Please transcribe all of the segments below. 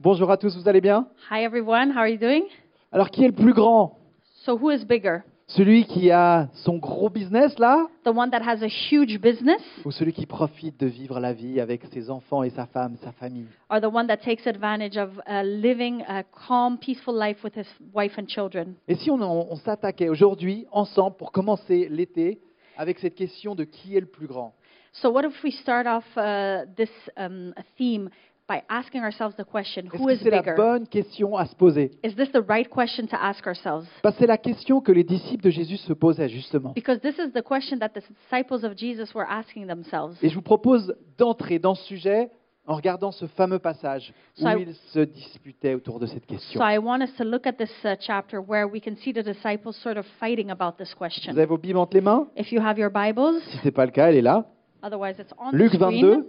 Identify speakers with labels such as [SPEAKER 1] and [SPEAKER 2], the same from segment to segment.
[SPEAKER 1] Bonjour à tous, vous allez bien
[SPEAKER 2] Hi everyone, how are you doing?
[SPEAKER 1] Alors qui est le plus grand
[SPEAKER 2] So who is bigger?
[SPEAKER 1] Celui qui a son gros business là
[SPEAKER 2] The one that has a huge business
[SPEAKER 1] ou celui qui profite de vivre la vie avec ses enfants et sa femme, sa famille
[SPEAKER 2] or the one that takes advantage of uh, living a calm, peaceful life with his wife and children?
[SPEAKER 1] Et si on, on- on s'attaquait aujourd'hui ensemble pour commencer l'été avec cette question de qui est le plus grand
[SPEAKER 2] So what if we start off uh, this um, theme by asking ourselves the question,
[SPEAKER 1] Est-ce
[SPEAKER 2] who
[SPEAKER 1] que
[SPEAKER 2] is
[SPEAKER 1] c'est la
[SPEAKER 2] bigger?
[SPEAKER 1] bonne question à se poser
[SPEAKER 2] Is this the right question to ask ourselves?
[SPEAKER 1] Parce que c'est la question que les disciples de Jésus se posaient justement.
[SPEAKER 2] Because this is the question that the disciples of Jesus were asking themselves.
[SPEAKER 1] Et je vous propose d'entrer dans ce sujet en regardant ce fameux passage où
[SPEAKER 2] So I-
[SPEAKER 1] ils se disputaient autour de cette question.
[SPEAKER 2] So I want us to look at this uh, chapter where we can see the disciples sort of fighting about this
[SPEAKER 1] Vous
[SPEAKER 2] question.
[SPEAKER 1] avez vos bibles entre les mains
[SPEAKER 2] If you have your Bibles,
[SPEAKER 1] Si ce n'est pas le cas, elle est là.
[SPEAKER 2] otherwise it's on
[SPEAKER 1] Luc
[SPEAKER 2] the
[SPEAKER 1] 22,
[SPEAKER 2] screen.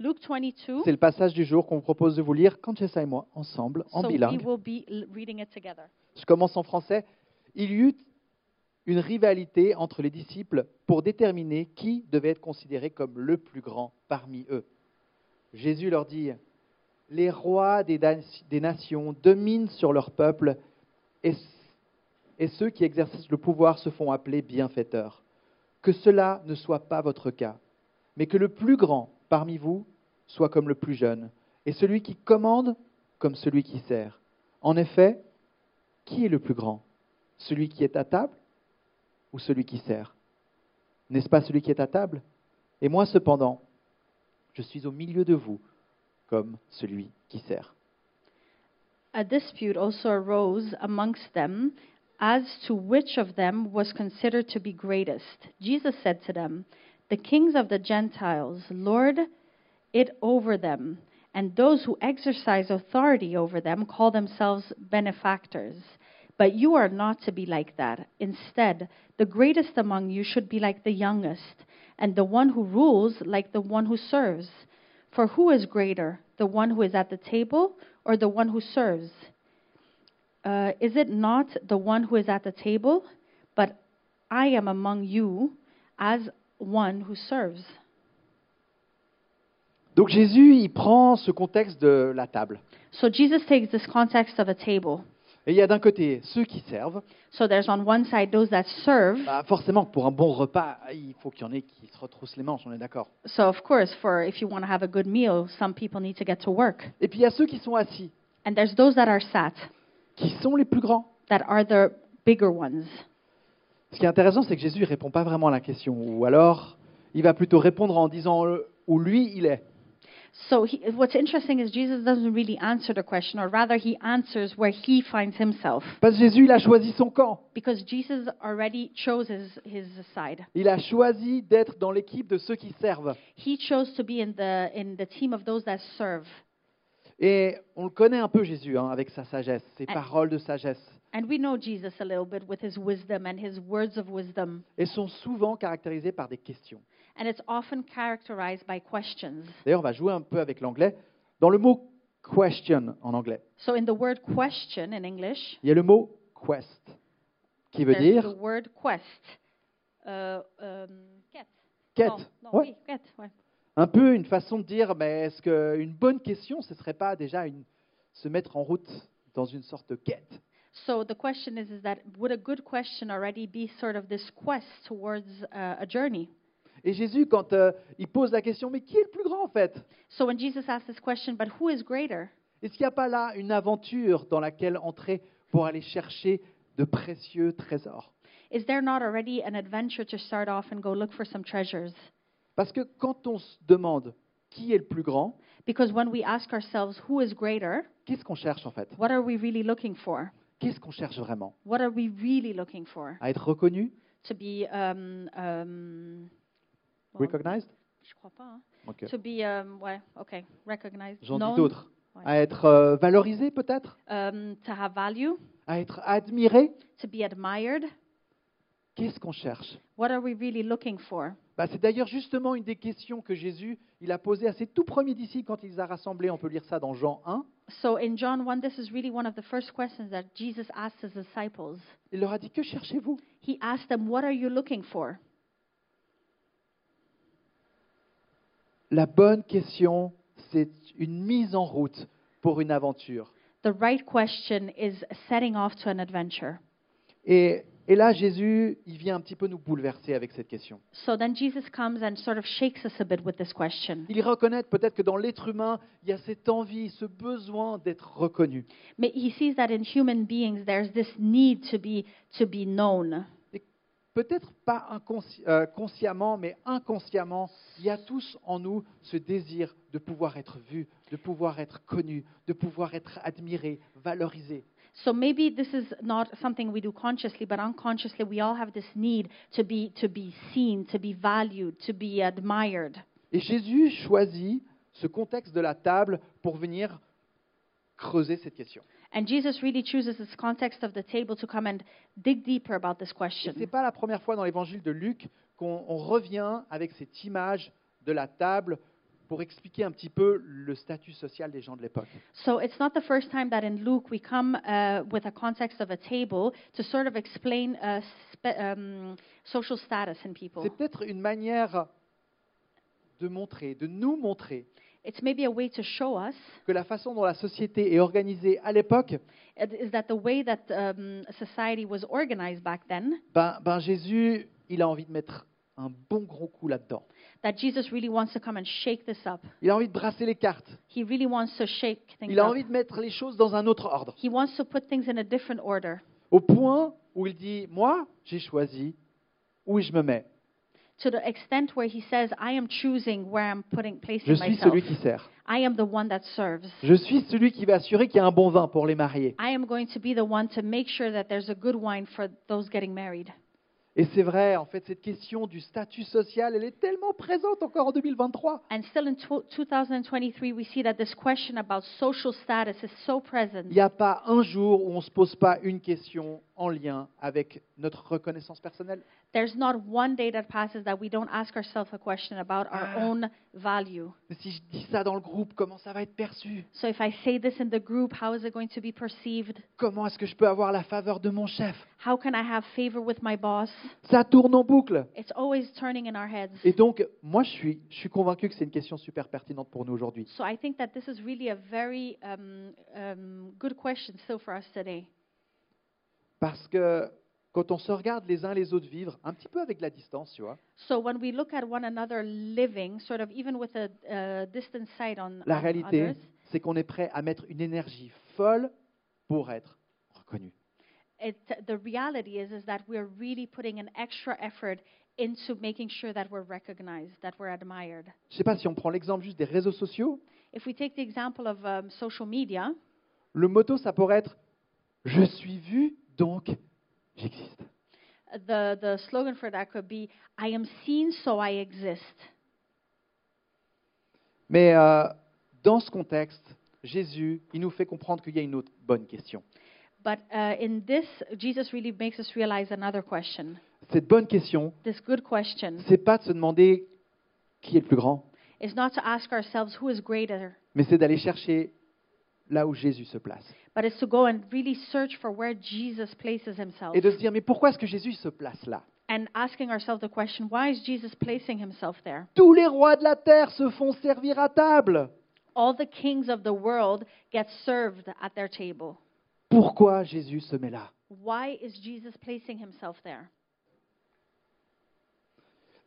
[SPEAKER 2] Luke 22.
[SPEAKER 1] c'est le passage du jour qu'on vous propose de vous lire, Conchessa et moi, ensemble, en
[SPEAKER 2] so we
[SPEAKER 1] bilingue.
[SPEAKER 2] will be l- reading it together.
[SPEAKER 1] Je commence en français. Il y eut une rivalité entre les disciples pour déterminer qui devait être considéré comme le plus grand parmi eux. Jésus leur dit, Les rois des, dan- des nations dominent sur leur peuple et, et ceux qui exercent le pouvoir se font appeler bienfaiteurs. Que cela ne soit pas votre cas, mais que le plus grand parmi vous soit comme le plus jeune, et celui qui commande comme celui qui sert. En effet, qui est le plus grand Celui qui est à table ou celui qui sert N'est-ce pas celui qui est à table Et moi, cependant, je suis au milieu de vous comme celui qui sert.
[SPEAKER 2] A dispute also arose amongst them as to which of them was considered to be greatest. Jesus said to them, The kings of the Gentiles lord it over them, and those who exercise authority over them call themselves benefactors. But you are not to be like that. Instead, the greatest among you should be like the youngest, and the one who rules like the one who serves. For who is greater, the one who is at the table or the one who serves? Uh, is it not the one who is at the table? But I am among you as one who serves.
[SPEAKER 1] Donc Jésus, il prend ce contexte de la table.
[SPEAKER 2] So Jesus takes this context of a table.
[SPEAKER 1] Et il y a d'un côté ceux qui servent.
[SPEAKER 2] So there's on one side those that serve.
[SPEAKER 1] Bah, forcément, pour un bon repas, il faut qu'il y en ait qui se retroussent les manches, on est d'accord.
[SPEAKER 2] So of course, for if you want to have a good meal, some people need to get to work.
[SPEAKER 1] Et puis il y a ceux qui sont assis,
[SPEAKER 2] And there's those that are sat,
[SPEAKER 1] qui sont les plus grands.
[SPEAKER 2] that are the bigger ones.
[SPEAKER 1] Ce qui est intéressant, c'est que Jésus ne répond pas vraiment à la question. Ou alors, il va plutôt répondre en disant euh, où lui, il est.
[SPEAKER 2] So he, what's interesting is Jesus doesn't really answer the question, or rather, he answers where he finds himself.
[SPEAKER 1] Parce que Jésus, il a choisi son camp.
[SPEAKER 2] Because Jesus already chose his, his side.
[SPEAKER 1] Il a choisi d'être dans l'équipe de ceux qui servent.
[SPEAKER 2] He chose to be in the, in the team of those that serve.
[SPEAKER 1] Et on le connaît un peu, Jésus, hein, avec sa sagesse, ses
[SPEAKER 2] Ah.
[SPEAKER 1] paroles de sagesse.
[SPEAKER 2] And we know Jesus a little bit with his wisdom and his words of wisdom.
[SPEAKER 1] Elles sont souvent caractérisées par des questions.
[SPEAKER 2] And it's often characterized by questions.
[SPEAKER 1] D'ailleurs, on va jouer un peu avec l'anglais. Dans le mot question en anglais,
[SPEAKER 2] So in the word question in English,
[SPEAKER 1] il y a le mot quest, qui veut
[SPEAKER 2] there's the
[SPEAKER 1] dire
[SPEAKER 2] word quest. Uh, um, quête.
[SPEAKER 1] quête.
[SPEAKER 2] Non, non,
[SPEAKER 1] Ouais.
[SPEAKER 2] oui, quête, ouais.
[SPEAKER 1] Un peu une façon de dire, mais est-ce qu'une bonne question, ce ne serait pas déjà une, se mettre en route dans une sorte de quête
[SPEAKER 2] So the question is, is that would a good question already be sort of this quest towards uh, a journey?
[SPEAKER 1] Et Jésus, quand euh, il pose la question, mais qui est le plus grand en fait
[SPEAKER 2] So when Jesus asked this question, but who is greater?
[SPEAKER 1] Est-ce qu'il n'y a pas là une aventure dans laquelle entrer pour aller chercher de précieux trésors
[SPEAKER 2] Is there not already an adventure to start off and go look for some treasures?
[SPEAKER 1] Parce que quand on se demande qui est le plus grand,
[SPEAKER 2] Because when we ask ourselves, who is greater,
[SPEAKER 1] qu'est-ce qu'on cherche en fait
[SPEAKER 2] what are we really looking for?
[SPEAKER 1] Qu'est-ce qu'on cherche vraiment
[SPEAKER 2] What are we really looking for?
[SPEAKER 1] À être reconnu
[SPEAKER 2] To be, um, um, well,
[SPEAKER 1] Recognized
[SPEAKER 2] je crois pas, hein.
[SPEAKER 1] Ok.
[SPEAKER 2] To be, um, ouais, okay, recognized,
[SPEAKER 1] J'en dis
[SPEAKER 2] known,
[SPEAKER 1] d'autres.
[SPEAKER 2] Ouais.
[SPEAKER 1] À être euh, valorisé peut-être
[SPEAKER 2] um, to have value,
[SPEAKER 1] À être admiré
[SPEAKER 2] to be admired.
[SPEAKER 1] Qu'est-ce qu'on cherche
[SPEAKER 2] What are we really looking for?
[SPEAKER 1] Bah, C'est d'ailleurs justement une des questions que Jésus il a posées à ses tout premiers disciples quand il les a rassemblés. On peut lire ça dans Jean 1.
[SPEAKER 2] So in John 1, this is really one of the first questions that Jesus asked his disciples.
[SPEAKER 1] Il leur a dit Que cherchez-vous
[SPEAKER 2] He asked them, What are you looking for?
[SPEAKER 1] La bonne question, c'est une mise en route pour une aventure.
[SPEAKER 2] The right question is setting off to an adventure.
[SPEAKER 1] Et, et là, Jésus, il vient un petit peu nous bouleverser avec cette question.
[SPEAKER 2] So then Jesus comes and sort of shakes us a bit with this question.
[SPEAKER 1] Il reconnaît peut-être que dans l'être humain, il y a cette envie, ce besoin d'être reconnu.
[SPEAKER 2] Ma- He sees that in human beings there's this need to be to be known.
[SPEAKER 1] Peut-être pas inconsci- euh, consciemment, mais inconsciemment, il y a tous en nous ce désir de pouvoir être vu, de pouvoir être connu, de pouvoir être admiré, valorisé.
[SPEAKER 2] So maybe this is not something we do consciously, but unconsciously we all have this need to be to be seen, to be valued, to be admired.
[SPEAKER 1] Et Jésus choisit ce contexte de la table pour venir creuser cette question.
[SPEAKER 2] And Jesus really chooses this context of the table to come and dig deeper about this
[SPEAKER 1] Et Ce n'est
[SPEAKER 2] question.
[SPEAKER 1] pas la première fois dans l'évangile de Luc qu'on on revient avec cette image de la table pour expliquer un petit peu le statut social des gens de l'époque.
[SPEAKER 2] So it's not the first time that in Luke we come uh, with a context of a table to sort of explain uh, spe- um, social status in people.
[SPEAKER 1] C'est peut-être une manière de montrer, de nous montrer
[SPEAKER 2] It's maybe a way to show us
[SPEAKER 1] que la façon dont la société est organisée à l'époque,
[SPEAKER 2] it uh, is that the way that um, society was organized back then,
[SPEAKER 1] ben, ben Jésus, il a envie de mettre un bon gros coup là-dedans.
[SPEAKER 2] that Jesus really wants to come and shake this up.
[SPEAKER 1] Il a envie de brasser les cartes.
[SPEAKER 2] He really wants to shake things
[SPEAKER 1] Il a
[SPEAKER 2] up.
[SPEAKER 1] envie de mettre les choses dans un autre ordre.
[SPEAKER 2] He wants to put things in a different order
[SPEAKER 1] Au point où il dit, moi, j'ai choisi où je me mets.
[SPEAKER 2] to the extent where he says, I am choosing where I'm putting
[SPEAKER 1] Je
[SPEAKER 2] placing
[SPEAKER 1] suis
[SPEAKER 2] myself.
[SPEAKER 1] celui qui sert.
[SPEAKER 2] I am the one that serves.
[SPEAKER 1] Je suis celui qui va assurer qu'il y a un bon vin pour les mariés.
[SPEAKER 2] I am going to be the one to make sure that there's a good wine for those getting married.
[SPEAKER 1] Et c'est vrai, en fait, cette question du statut social, elle est tellement présente encore en 2023.
[SPEAKER 2] And still in tw 2023, we see that this question about social status is so
[SPEAKER 1] Il
[SPEAKER 2] present.
[SPEAKER 1] n'y a pas un jour où on ne se pose pas une question en lien avec notre reconnaissance personnelle.
[SPEAKER 2] There's not one day that passes that we don't ask ourselves a question about our
[SPEAKER 1] Ah.
[SPEAKER 2] own value.
[SPEAKER 1] Si je dis ça dans le groupe, comment ça va être perçu
[SPEAKER 2] So if I say this in the group, how is it going to be perceived?
[SPEAKER 1] Comment est-ce que je peux avoir la faveur de mon chef
[SPEAKER 2] How can I have favor with my boss?
[SPEAKER 1] Ça tourne en boucle.
[SPEAKER 2] It's always turning in our heads.
[SPEAKER 1] Et donc, moi, je suis, je suis convaincu que c'est une question super pertinente pour nous aujourd'hui.
[SPEAKER 2] So I think that this is really a very um, um, good question still for us today.
[SPEAKER 1] Parce que quand on se regarde les uns les autres vivre, un petit peu avec de la distance, tu vois,
[SPEAKER 2] So when we look at one another living, sort of even with a uh, distant sight on,
[SPEAKER 1] la
[SPEAKER 2] on
[SPEAKER 1] réalité,
[SPEAKER 2] others,
[SPEAKER 1] c'est qu'on est prêt à mettre une énergie folle pour être reconnu.
[SPEAKER 2] it, the reality is is that we're really putting an extra effort into making sure that we're recognized, that we're admired.
[SPEAKER 1] Je ne sais pas si on prend l'exemple juste des réseaux sociaux.
[SPEAKER 2] If we take the example of um, social media,
[SPEAKER 1] Le motto, ça pourrait être Je suis vu, donc j'existe.
[SPEAKER 2] the, the slogan for that could be, I am seen, so I exist.
[SPEAKER 1] Mais euh, dans ce contexte, Jésus, il nous fait comprendre qu'il y a une autre bonne question.
[SPEAKER 2] But uh, in this, Jesus really makes us realize another question.
[SPEAKER 1] Cette bonne question,
[SPEAKER 2] This good question
[SPEAKER 1] c'est pas de se demander qui est le plus grand,
[SPEAKER 2] is not to ask ourselves who is greater,
[SPEAKER 1] mais c'est d'aller chercher là où Jésus se place.
[SPEAKER 2] but is to go and really search for where Jesus places himself
[SPEAKER 1] Et de se dire, mais pourquoi est-ce que Jésus se place là
[SPEAKER 2] and asking ourselves the question, why is Jesus placing himself there?
[SPEAKER 1] Tous les rois de la terre se font servir à table.
[SPEAKER 2] All the kings of the world get served at their table.
[SPEAKER 1] Pourquoi Jésus se met là
[SPEAKER 2] Why is Jesus placing himself there?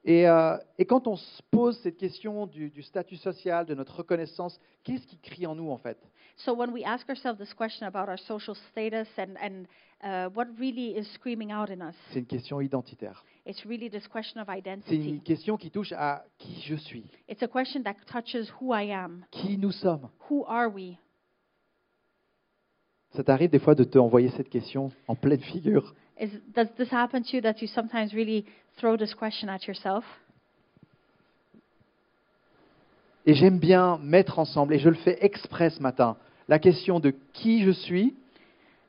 [SPEAKER 1] et, euh, et quand on se pose cette question du, du statut social, de notre reconnaissance, qu'est-ce qui crie en nous en fait
[SPEAKER 2] So when we ask ourselves this question about our social status and, and uh, what really is screaming out in us,
[SPEAKER 1] C'est une question identitaire.
[SPEAKER 2] it's really this question of
[SPEAKER 1] C'est une
[SPEAKER 2] identity.
[SPEAKER 1] question qui touche à qui je suis,
[SPEAKER 2] It's a question that touches who I am.
[SPEAKER 1] qui nous sommes.
[SPEAKER 2] Who are we?
[SPEAKER 1] Ça t'arrive des fois de te envoyer cette question en pleine figure
[SPEAKER 2] Is, does this happen to you that you sometimes really throw this question at yourself?
[SPEAKER 1] Et j'aime bien mettre ensemble, et je le fais exprès ce matin, la question de qui je suis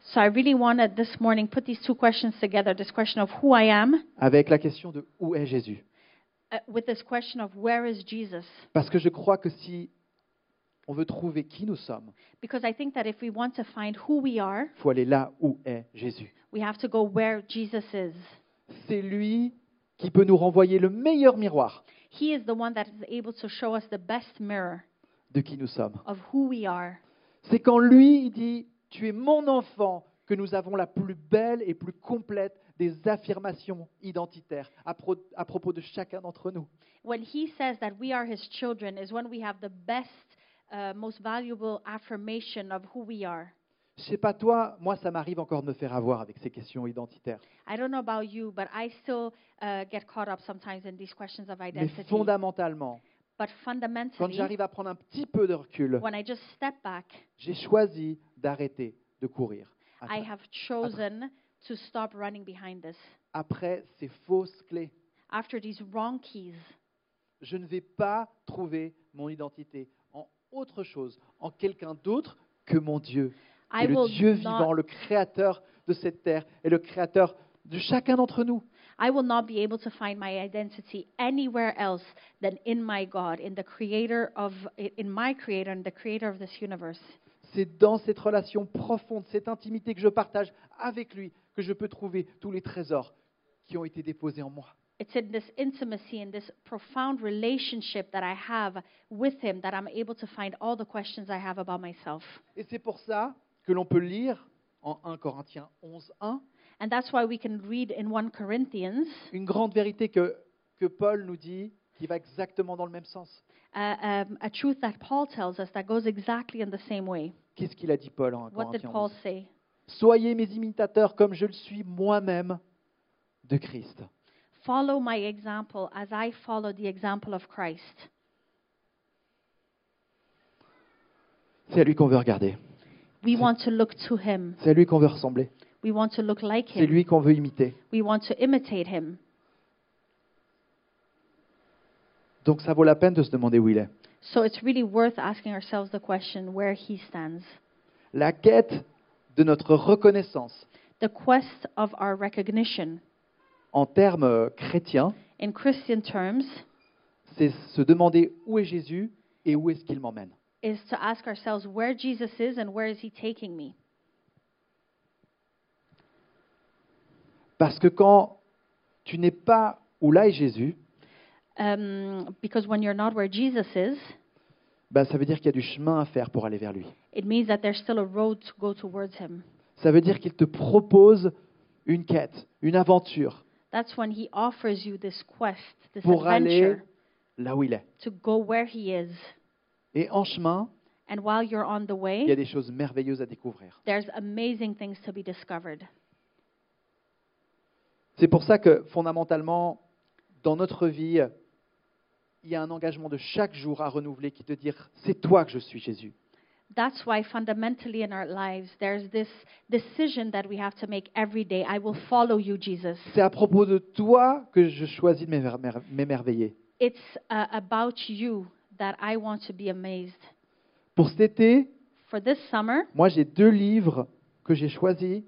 [SPEAKER 2] So I really want to this morning put these two questions together this question of who I am
[SPEAKER 1] avec la question de où est Jésus.
[SPEAKER 2] uh, with this question of where is Jesus?
[SPEAKER 1] Parce que je crois que si on veut trouver qui nous sommes,
[SPEAKER 2] Because I think that if we want to find who we are,
[SPEAKER 1] il faut aller là où est Jésus.
[SPEAKER 2] we have to go where Jesus is.
[SPEAKER 1] C'est lui qui peut nous renvoyer le meilleur miroir
[SPEAKER 2] He is the one that is able to show us the best mirror
[SPEAKER 1] de qui nous sommes.
[SPEAKER 2] of who we are.
[SPEAKER 1] C'est quand lui il dit Tu es mon enfant que nous avons la plus belle et plus complète des affirmations identitaires à, pro- à propos de chacun d'entre nous.
[SPEAKER 2] When he says that we are his children is when we have the best, uh, most valuable affirmation of who we are.
[SPEAKER 1] Je sais pas toi, moi ça m'arrive encore de me faire avoir avec ces questions identitaires.
[SPEAKER 2] I don't know about you, but I still uh, get caught up sometimes in these questions of
[SPEAKER 1] Mais
[SPEAKER 2] identity.
[SPEAKER 1] fondamentalement,
[SPEAKER 2] but
[SPEAKER 1] quand
[SPEAKER 2] fundamentally,
[SPEAKER 1] j'arrive à prendre un petit peu de recul,
[SPEAKER 2] when I just step back,
[SPEAKER 1] j'ai choisi d'arrêter de courir
[SPEAKER 2] I
[SPEAKER 1] après,
[SPEAKER 2] have chosen to stop running behind this.
[SPEAKER 1] après ces fausses clés.
[SPEAKER 2] After these wrong keys,
[SPEAKER 1] Je ne vais pas trouver mon identité en autre chose, en quelqu'un d'autre que mon Dieu.
[SPEAKER 2] I
[SPEAKER 1] et le
[SPEAKER 2] will
[SPEAKER 1] Dieu
[SPEAKER 2] not
[SPEAKER 1] vivant, le créateur de cette terre et le créateur de chacun d'entre nous.
[SPEAKER 2] I will not be able to find my identity anywhere else than in my God, in the creator of in my creator and the creator of this universe.
[SPEAKER 1] C'est dans cette relation profonde, cette intimité que je partage avec lui que je peux trouver tous les trésors qui ont été déposés en moi.
[SPEAKER 2] It's in this intimacy in this profound relationship that I have with him that I'm able to find all the questions I have about myself.
[SPEAKER 1] Et c'est pour ça que l'on peut lire en 1 Corinthiens 11.1
[SPEAKER 2] And that's why we can read in 1 Corinthians
[SPEAKER 1] une grande vérité que, que Paul nous dit qui va exactement dans le même sens.
[SPEAKER 2] uh, um, a truth that Paul tells us that goes exactly in the same way.
[SPEAKER 1] Qu'est-ce qu'il a dit Paul en 1
[SPEAKER 2] What did
[SPEAKER 1] Corinthiens
[SPEAKER 2] Paul
[SPEAKER 1] 11?
[SPEAKER 2] say?
[SPEAKER 1] Soyez mes imitateurs comme je le suis moi-même de Christ.
[SPEAKER 2] Follow my example as I follow the example of Christ.
[SPEAKER 1] C'est à lui qu'on veut regarder.
[SPEAKER 2] We
[SPEAKER 1] C'est-
[SPEAKER 2] want to look to him.
[SPEAKER 1] C'est à lui qu'on veut ressembler.
[SPEAKER 2] We want to look like
[SPEAKER 1] C'est
[SPEAKER 2] him.
[SPEAKER 1] lui qu'on veut imiter.
[SPEAKER 2] We want to imitate him.
[SPEAKER 1] Donc ça vaut la peine de se demander où il est.
[SPEAKER 2] So it's really worth asking ourselves the question where he stands.
[SPEAKER 1] La quête de notre reconnaissance
[SPEAKER 2] The quest of our recognition.
[SPEAKER 1] en termes euh, chrétiens,
[SPEAKER 2] In Christian terms,
[SPEAKER 1] c'est se demander où est Jésus et où est-ce qu'il m'emmène.
[SPEAKER 2] is to ask ourselves where Jesus is and where is he taking me?
[SPEAKER 1] Parce que quand tu n'es pas où là est Jésus,
[SPEAKER 2] Um, because when you're not where Jesus is,
[SPEAKER 1] ben, ça veut dire qu'il y a du chemin à faire pour aller vers lui.
[SPEAKER 2] it means that there's still a road to go towards him.
[SPEAKER 1] Ça veut dire qu'il te propose une quête, une aventure
[SPEAKER 2] That's when he offers you this quest, this
[SPEAKER 1] pour aller
[SPEAKER 2] adventure
[SPEAKER 1] là où il est.
[SPEAKER 2] to go where he is.
[SPEAKER 1] Et en chemin,
[SPEAKER 2] And while you're on the way,
[SPEAKER 1] il y a des choses merveilleuses à découvrir.
[SPEAKER 2] there's amazing things to be discovered.
[SPEAKER 1] C'est pour ça que fondamentalement, dans notre vie, il y a un engagement de chaque jour à renouveler qui te dire c'est toi que je suis Jésus.
[SPEAKER 2] That's why fundamentally in our lives, there's this decision that we have to make every day. I will follow you, Jesus.
[SPEAKER 1] C'est à propos de toi que je choisis de m'émer- mer- m'émerveiller.
[SPEAKER 2] It's uh, about you that I want to be amazed.
[SPEAKER 1] Pour cet été,
[SPEAKER 2] For this summer,
[SPEAKER 1] moi j'ai deux livres que j'ai choisis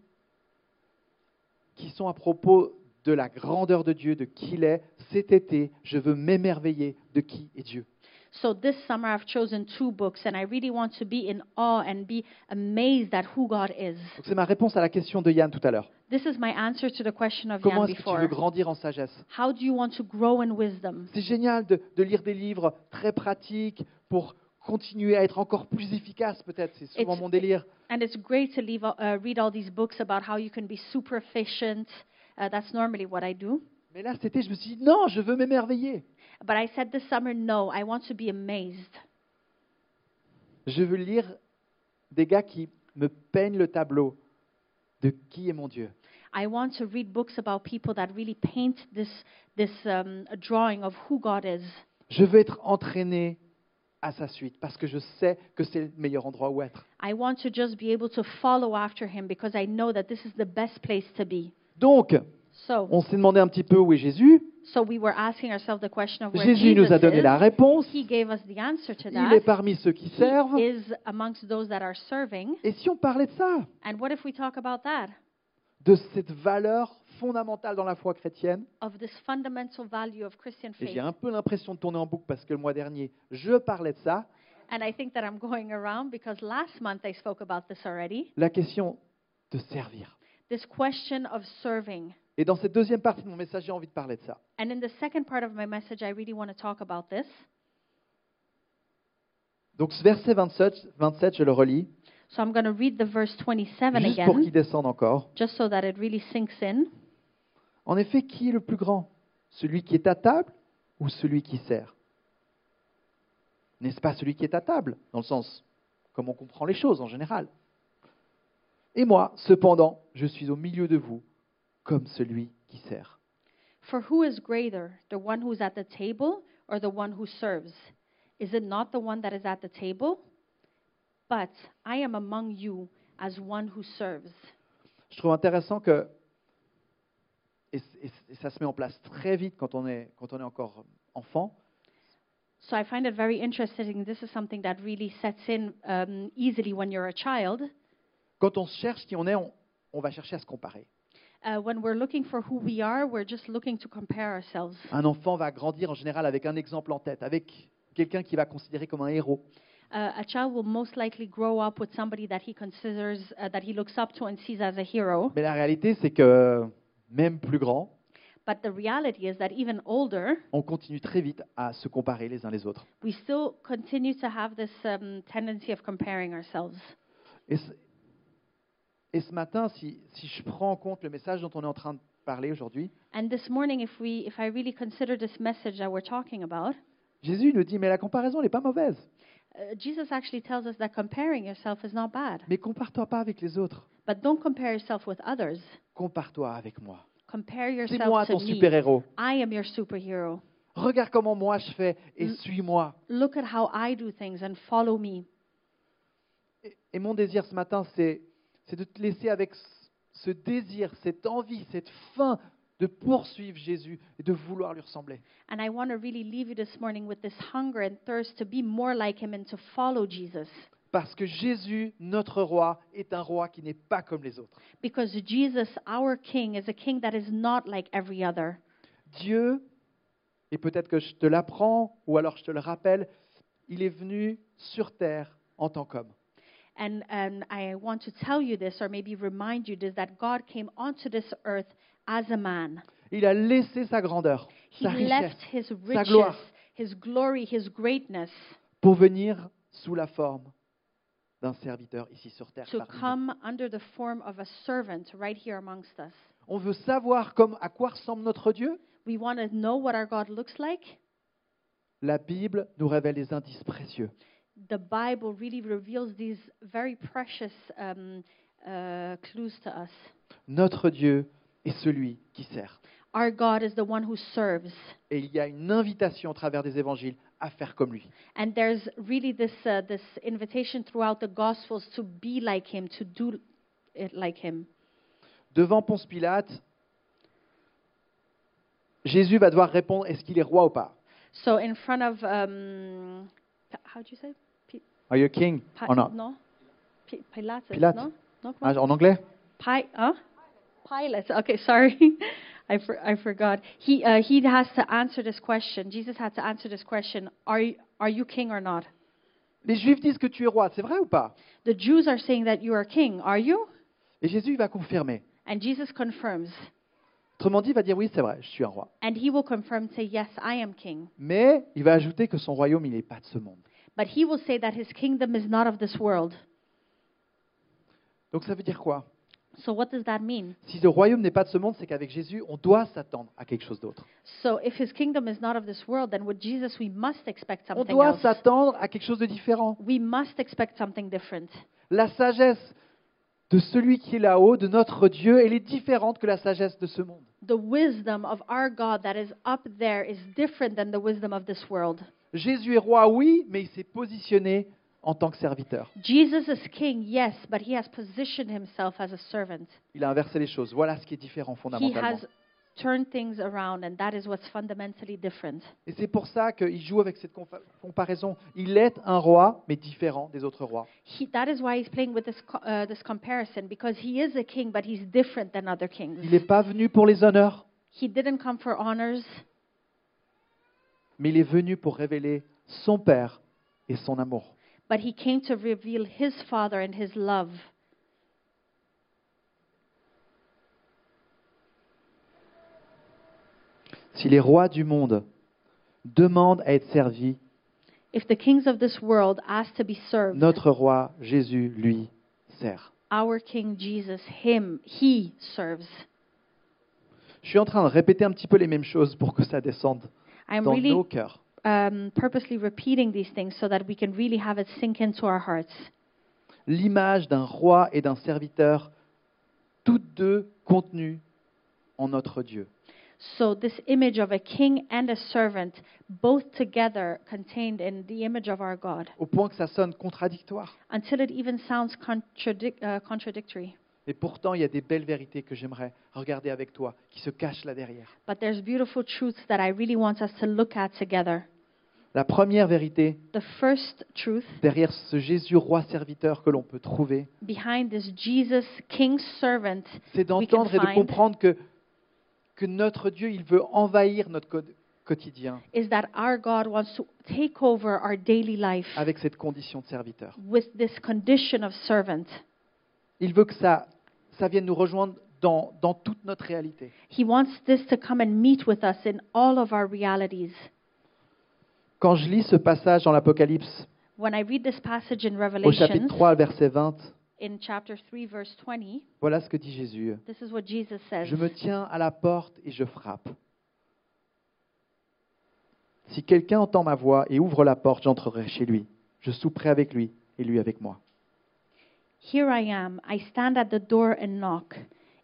[SPEAKER 1] qui sont à propos de la grandeur de Dieu, de qui il est. Cet été, je veux m'émerveiller de qui est Dieu.
[SPEAKER 2] so this summer I've chosen two books and I really want to be in awe and be amazed at who God is.
[SPEAKER 1] Donc, C'est ma réponse à la question de Yann tout à l'heure.
[SPEAKER 2] This is my answer to the question of
[SPEAKER 1] Comment
[SPEAKER 2] Jan
[SPEAKER 1] est-ce que tu veux
[SPEAKER 2] before.
[SPEAKER 1] grandir en sagesse
[SPEAKER 2] How do you want to grow in wisdom?
[SPEAKER 1] C'est génial de, de lire des livres très pratiques pour continuer à être encore plus efficace, peut-être. C'est souvent
[SPEAKER 2] It's-
[SPEAKER 1] mon délire.
[SPEAKER 2] And it's great to leave, uh, read all these books about how you can be super efficient. Uh, that's normally what I do.
[SPEAKER 1] Mais là, cet été, je me suis dit, non, je veux m'émerveiller.
[SPEAKER 2] But I said this summer, no, I want to be amazed.
[SPEAKER 1] Je veux lire des gars qui me peignent le tableau de qui est mon Dieu.
[SPEAKER 2] I want to read books about people that really paint this, this um, drawing of who God is.
[SPEAKER 1] Je veux être entraîné à sa suite parce que je sais que c'est le meilleur endroit où être.
[SPEAKER 2] I want to just be able to follow after him because I know that this is the best place to be.
[SPEAKER 1] Donc,
[SPEAKER 2] So,
[SPEAKER 1] on s'est demandé un petit peu où est Jésus.
[SPEAKER 2] so we were asking ourselves the question of where
[SPEAKER 1] Jésus
[SPEAKER 2] Jesus
[SPEAKER 1] nous a donné
[SPEAKER 2] is.
[SPEAKER 1] la réponse.
[SPEAKER 2] He gave us the answer to
[SPEAKER 1] Il est
[SPEAKER 2] that.
[SPEAKER 1] parmi ceux qui servent.
[SPEAKER 2] He is amongst those that are serving.
[SPEAKER 1] Et si on parlait de ça,
[SPEAKER 2] And what if we talk about that?
[SPEAKER 1] de cette valeur fondamentale dans la foi chrétienne,
[SPEAKER 2] Of this fundamental value of Christian
[SPEAKER 1] Et
[SPEAKER 2] faith.
[SPEAKER 1] j'ai un peu l'impression de tourner en boucle parce que le mois dernier, je parlais de ça.
[SPEAKER 2] And I think that I'm going around because last month I spoke about this already.
[SPEAKER 1] La question de servir.
[SPEAKER 2] this question of serving.
[SPEAKER 1] Et dans cette deuxième partie de mon message, j'ai envie de parler de ça.
[SPEAKER 2] And in the second part of my message, I really want to talk about this.
[SPEAKER 1] Donc ce verset 27, 27 je le relis.
[SPEAKER 2] So I'm going to read the verse 27
[SPEAKER 1] juste pour
[SPEAKER 2] again,
[SPEAKER 1] qu'il descende encore.
[SPEAKER 2] just so that it really sinks in.
[SPEAKER 1] En effet, qui est le plus grand Celui qui est à table ou celui qui sert N'est-ce pas celui qui est à table, dans le sens comme on comprend les choses en général Et moi, cependant, je suis au milieu de vous comme celui qui sert.
[SPEAKER 2] For who is greater, the one who's at the table or the one who serves? Is it not the one that is at the table? But I am among you as one who serves.
[SPEAKER 1] Je trouve intéressant que, et, c- et c- et ça se met en place très vite quand on est, quand on est encore enfant,
[SPEAKER 2] So I find it very interesting. This is something that really sets in um, easily when you're a child.
[SPEAKER 1] quand on cherche qui on est, on- on va chercher à se comparer.
[SPEAKER 2] Uh, when we're looking for who we are, we're just looking to compare ourselves.
[SPEAKER 1] Un enfant va grandir en général avec un exemple en tête, avec quelqu'un qui va considérer comme un héros.
[SPEAKER 2] Uh, a child will most likely grow up with somebody that he considers, uh, that he looks up to and sees as a hero.
[SPEAKER 1] Mais la réalité, c'est que même plus grand,
[SPEAKER 2] But the reality is that even older,
[SPEAKER 1] on continue très vite à se comparer les uns les autres.
[SPEAKER 2] we still continue to have this um, tendency of comparing ourselves.
[SPEAKER 1] Et ce, et ce matin, si, si je prends en compte le message dont on est en train de parler aujourd'hui,
[SPEAKER 2] And this morning, if we, if I really consider this message that we're talking about,
[SPEAKER 1] Jésus nous dit, mais la comparaison, elle n'est pas mauvaise.
[SPEAKER 2] uh, Jesus actually tells us that comparing yourself is not bad,
[SPEAKER 1] Mais compare-toi pas avec les autres,
[SPEAKER 2] but don't compare yourself with others.
[SPEAKER 1] compare-toi avec moi.
[SPEAKER 2] Compare
[SPEAKER 1] C'est moi
[SPEAKER 2] yourself
[SPEAKER 1] ton
[SPEAKER 2] to me.
[SPEAKER 1] super-héros.
[SPEAKER 2] I am your superhero.
[SPEAKER 1] Regarde comment moi je fais et
[SPEAKER 2] Mm.
[SPEAKER 1] suis-moi.
[SPEAKER 2] Look at how I do things and follow me.
[SPEAKER 1] Et, et mon désir ce matin, c'est c'est de te laisser avec ce- ce désir, cette envie, cette faim de poursuivre Jésus et de vouloir lui ressembler.
[SPEAKER 2] And I want to really leave you this morning with this hunger and thirst to be more like him and to follow Jesus.
[SPEAKER 1] Parce que Jésus, notre roi, est un roi qui n'est pas comme les autres.
[SPEAKER 2] Because Jesus, our King, is a King that is not like every other.
[SPEAKER 1] Dieu, et peut-être que je te l'apprends ou alors je te le rappelle, il est venu sur terre en tant qu'homme.
[SPEAKER 2] And, and I want to tell you this, or maybe remind you this, that God came onto this earth as a man.
[SPEAKER 1] Il a laissé sa grandeur,
[SPEAKER 2] He
[SPEAKER 1] sa richesse,
[SPEAKER 2] left his
[SPEAKER 1] gloire.
[SPEAKER 2] riches, his glory, his greatness
[SPEAKER 1] pour venir sous la forme d'un serviteur ici sur terre.
[SPEAKER 2] to
[SPEAKER 1] parmi nous.
[SPEAKER 2] come under the form of a servant right here amongst us.
[SPEAKER 1] On veut savoir comme, à quoi ressemble notre Dieu
[SPEAKER 2] We want to know what our God looks like.
[SPEAKER 1] La Bible nous révèle des indices précieux.
[SPEAKER 2] The Bible really reveals these very precious um, uh, clues to us.
[SPEAKER 1] Notre Dieu est celui qui sert.
[SPEAKER 2] Our God is the one who serves.
[SPEAKER 1] Et il y a une invitation au travers des évangiles à faire comme lui.
[SPEAKER 2] And there's really this uh, this invitation throughout the Gospels to be like Him, to do it like Him.
[SPEAKER 1] Devant Ponce Pilate, Jésus va devoir répondre est-ce qu'il est roi ou pas
[SPEAKER 2] So in front of um, P- how do you say
[SPEAKER 1] Are you king
[SPEAKER 2] Pi-
[SPEAKER 1] or not?
[SPEAKER 2] Oh, no P- Pilatus
[SPEAKER 1] Pilate.
[SPEAKER 2] no no come
[SPEAKER 1] Ah,
[SPEAKER 2] on.
[SPEAKER 1] en anglais
[SPEAKER 2] Pi- huh? Pilate okay sorry I for, I forgot he uh, he has to answer this question Jesus had to answer this question are you, are you king or not
[SPEAKER 1] Les Juifs disent que tu es roi, c'est vrai ou pas
[SPEAKER 2] the Jews are saying that you are king are you
[SPEAKER 1] Et Jésus il va confirmer.
[SPEAKER 2] and Jesus confirms
[SPEAKER 1] Autrement dit, il va dire oui, c'est vrai, je suis un roi.
[SPEAKER 2] and he will confirm say yes I am king
[SPEAKER 1] Mais il va ajouter que son royaume, il n'est pas de ce monde.
[SPEAKER 2] But he will say that his kingdom is not of this world.
[SPEAKER 1] Donc ça veut dire quoi
[SPEAKER 2] So, what does that mean?
[SPEAKER 1] Si le royaume n'est pas de ce monde, c'est qu'avec Jésus, on doit s'attendre à quelque chose d'autre.
[SPEAKER 2] So, if his kingdom is not of this world, then with Jesus, we must expect
[SPEAKER 1] On
[SPEAKER 2] something
[SPEAKER 1] doit
[SPEAKER 2] else.
[SPEAKER 1] s'attendre à quelque chose de différent.
[SPEAKER 2] We must expect something different.
[SPEAKER 1] La sagesse de celui qui est là-haut, de notre Dieu, elle est différente que la sagesse de ce monde.
[SPEAKER 2] The wisdom of our God that is up there is different than the wisdom of this world.
[SPEAKER 1] Jésus est roi, oui, mais il s'est positionné en tant que serviteur.
[SPEAKER 2] Jesus is king, yes, but he has positioned himself as a servant.
[SPEAKER 1] Il a inversé les choses. Voilà ce qui est différent
[SPEAKER 2] He
[SPEAKER 1] fondamentalement.
[SPEAKER 2] has turned things around, and that is what's fundamentally different.
[SPEAKER 1] Et c'est pour ça qu'il joue avec cette compa- comparaison. Il est un roi, mais différent des autres rois.
[SPEAKER 2] He, that is why he's playing with this, co- uh, this comparison, because he is a king, but he's different than other kings.
[SPEAKER 1] Il n'est pas venu pour les honneurs,
[SPEAKER 2] He didn't come for honors,
[SPEAKER 1] mais il est venu pour révéler son Père et son amour.
[SPEAKER 2] but he came to reveal his Father and his love.
[SPEAKER 1] Si les rois du monde demandent à être servis,
[SPEAKER 2] If the kings of this world ask to be served,
[SPEAKER 1] notre roi Jésus, lui, sert.
[SPEAKER 2] Our King Jesus, Him, He serves.
[SPEAKER 1] Je suis en train de répéter un petit peu les mêmes choses pour que ça descende
[SPEAKER 2] I'm
[SPEAKER 1] dans
[SPEAKER 2] really
[SPEAKER 1] nos cœurs.
[SPEAKER 2] um, purposely repeating these things so that we can really have it sink into our hearts.
[SPEAKER 1] L'image d'un roi et d'un serviteur, toutes deux contenues en notre Dieu.
[SPEAKER 2] So, this image of a king and a servant, both together contained in the image of our God,
[SPEAKER 1] Au point que ça sonne contradictoire.
[SPEAKER 2] until it even sounds contradic- uh, contradictory.
[SPEAKER 1] Et pourtant, il y a des belles vérités que j'aimerais regarder avec toi, qui se cachent là derrière.
[SPEAKER 2] But there's beautiful truths that I really want us to look at together.
[SPEAKER 1] La première vérité,
[SPEAKER 2] The first truth
[SPEAKER 1] derrière ce Jésus roi serviteur que l'on peut trouver,
[SPEAKER 2] behind this Jesus king servant
[SPEAKER 1] c'est d'entendre et de
[SPEAKER 2] find-
[SPEAKER 1] comprendre que, que notre Dieu, il veut envahir notre co- quotidien
[SPEAKER 2] is that our God wants to take over our daily life
[SPEAKER 1] avec cette condition de serviteur.
[SPEAKER 2] with this condition of servant.
[SPEAKER 1] Il veut que ça, ça vienne nous rejoindre dans, dans toute notre réalité.
[SPEAKER 2] He wants this to come and meet with us in all of our realities.
[SPEAKER 1] Quand je lis ce passage dans l'Apocalypse,
[SPEAKER 2] When I read this passage in
[SPEAKER 1] au
[SPEAKER 2] Revelation,
[SPEAKER 1] chapitre 3, verset 20,
[SPEAKER 2] in chapter 3, verse 20,
[SPEAKER 1] voilà ce que dit Jésus.
[SPEAKER 2] this is what Jesus says
[SPEAKER 1] Je me tiens à la porte et je frappe. Si quelqu'un entend ma voix et ouvre la porte, j'entrerai chez lui. Je souperai avec lui et lui avec moi.
[SPEAKER 2] Here I am. I stand at the door and knock.